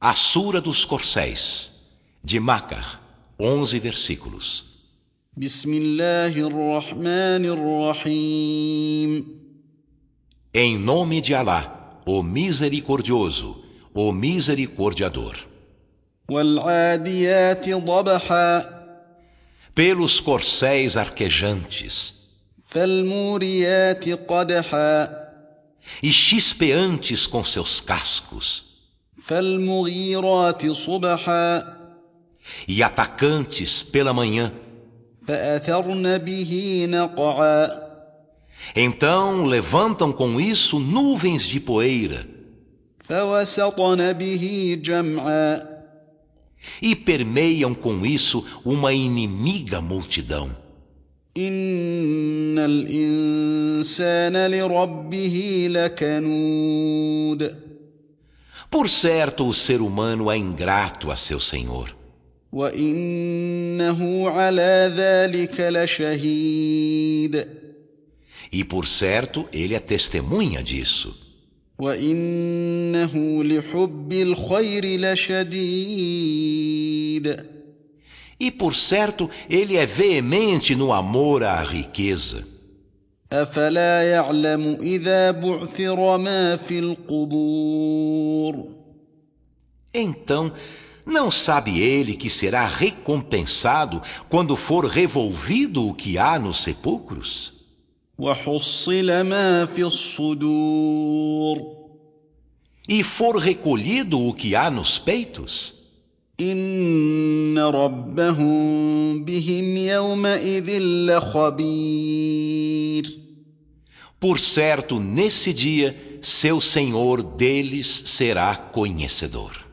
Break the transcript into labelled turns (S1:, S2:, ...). S1: A Sura dos Corcéis, de Macar, 11 versículos.
S2: بسم الله الرحمن الرحيم
S1: Em nome de Alá, o Misericordioso, o Misericordiador.
S2: والعاديات ضبحا
S1: Pelos corcéis arquejantes
S2: فالموريات قدحا
S1: e chispeantes com seus cascos,
S2: فالمغيرات صبحا
S1: e atacantes pela manhã,
S2: فأثرن به نقعا
S1: então levantam com isso nuvens de poeira
S2: فوسطن به جمعا
S1: e permeiam com isso uma inimiga multidão.
S2: إن الإنسان لربه لكنود
S1: Por certo, o ser humano é ingrato a seu Senhor.
S2: وإنه على ذلك لشهيد
S1: E por certo, ele é testemunha disso.
S2: وإنه لحب الخير لشديد
S1: E por certo, ele é veemente no amor à riqueza.
S2: أفلا يعلم إذا بعثر ما في القبور
S1: Então, não sabe ele que será recompensado quando for revolvido o que há nos sepulcros?
S2: وحصل ما في الصدور
S1: E for recolhido o que há nos peitos?
S2: إن ربهم بهم يومئذ لخبير
S1: Por certo, nesse dia, seu Senhor deles será conhecedor.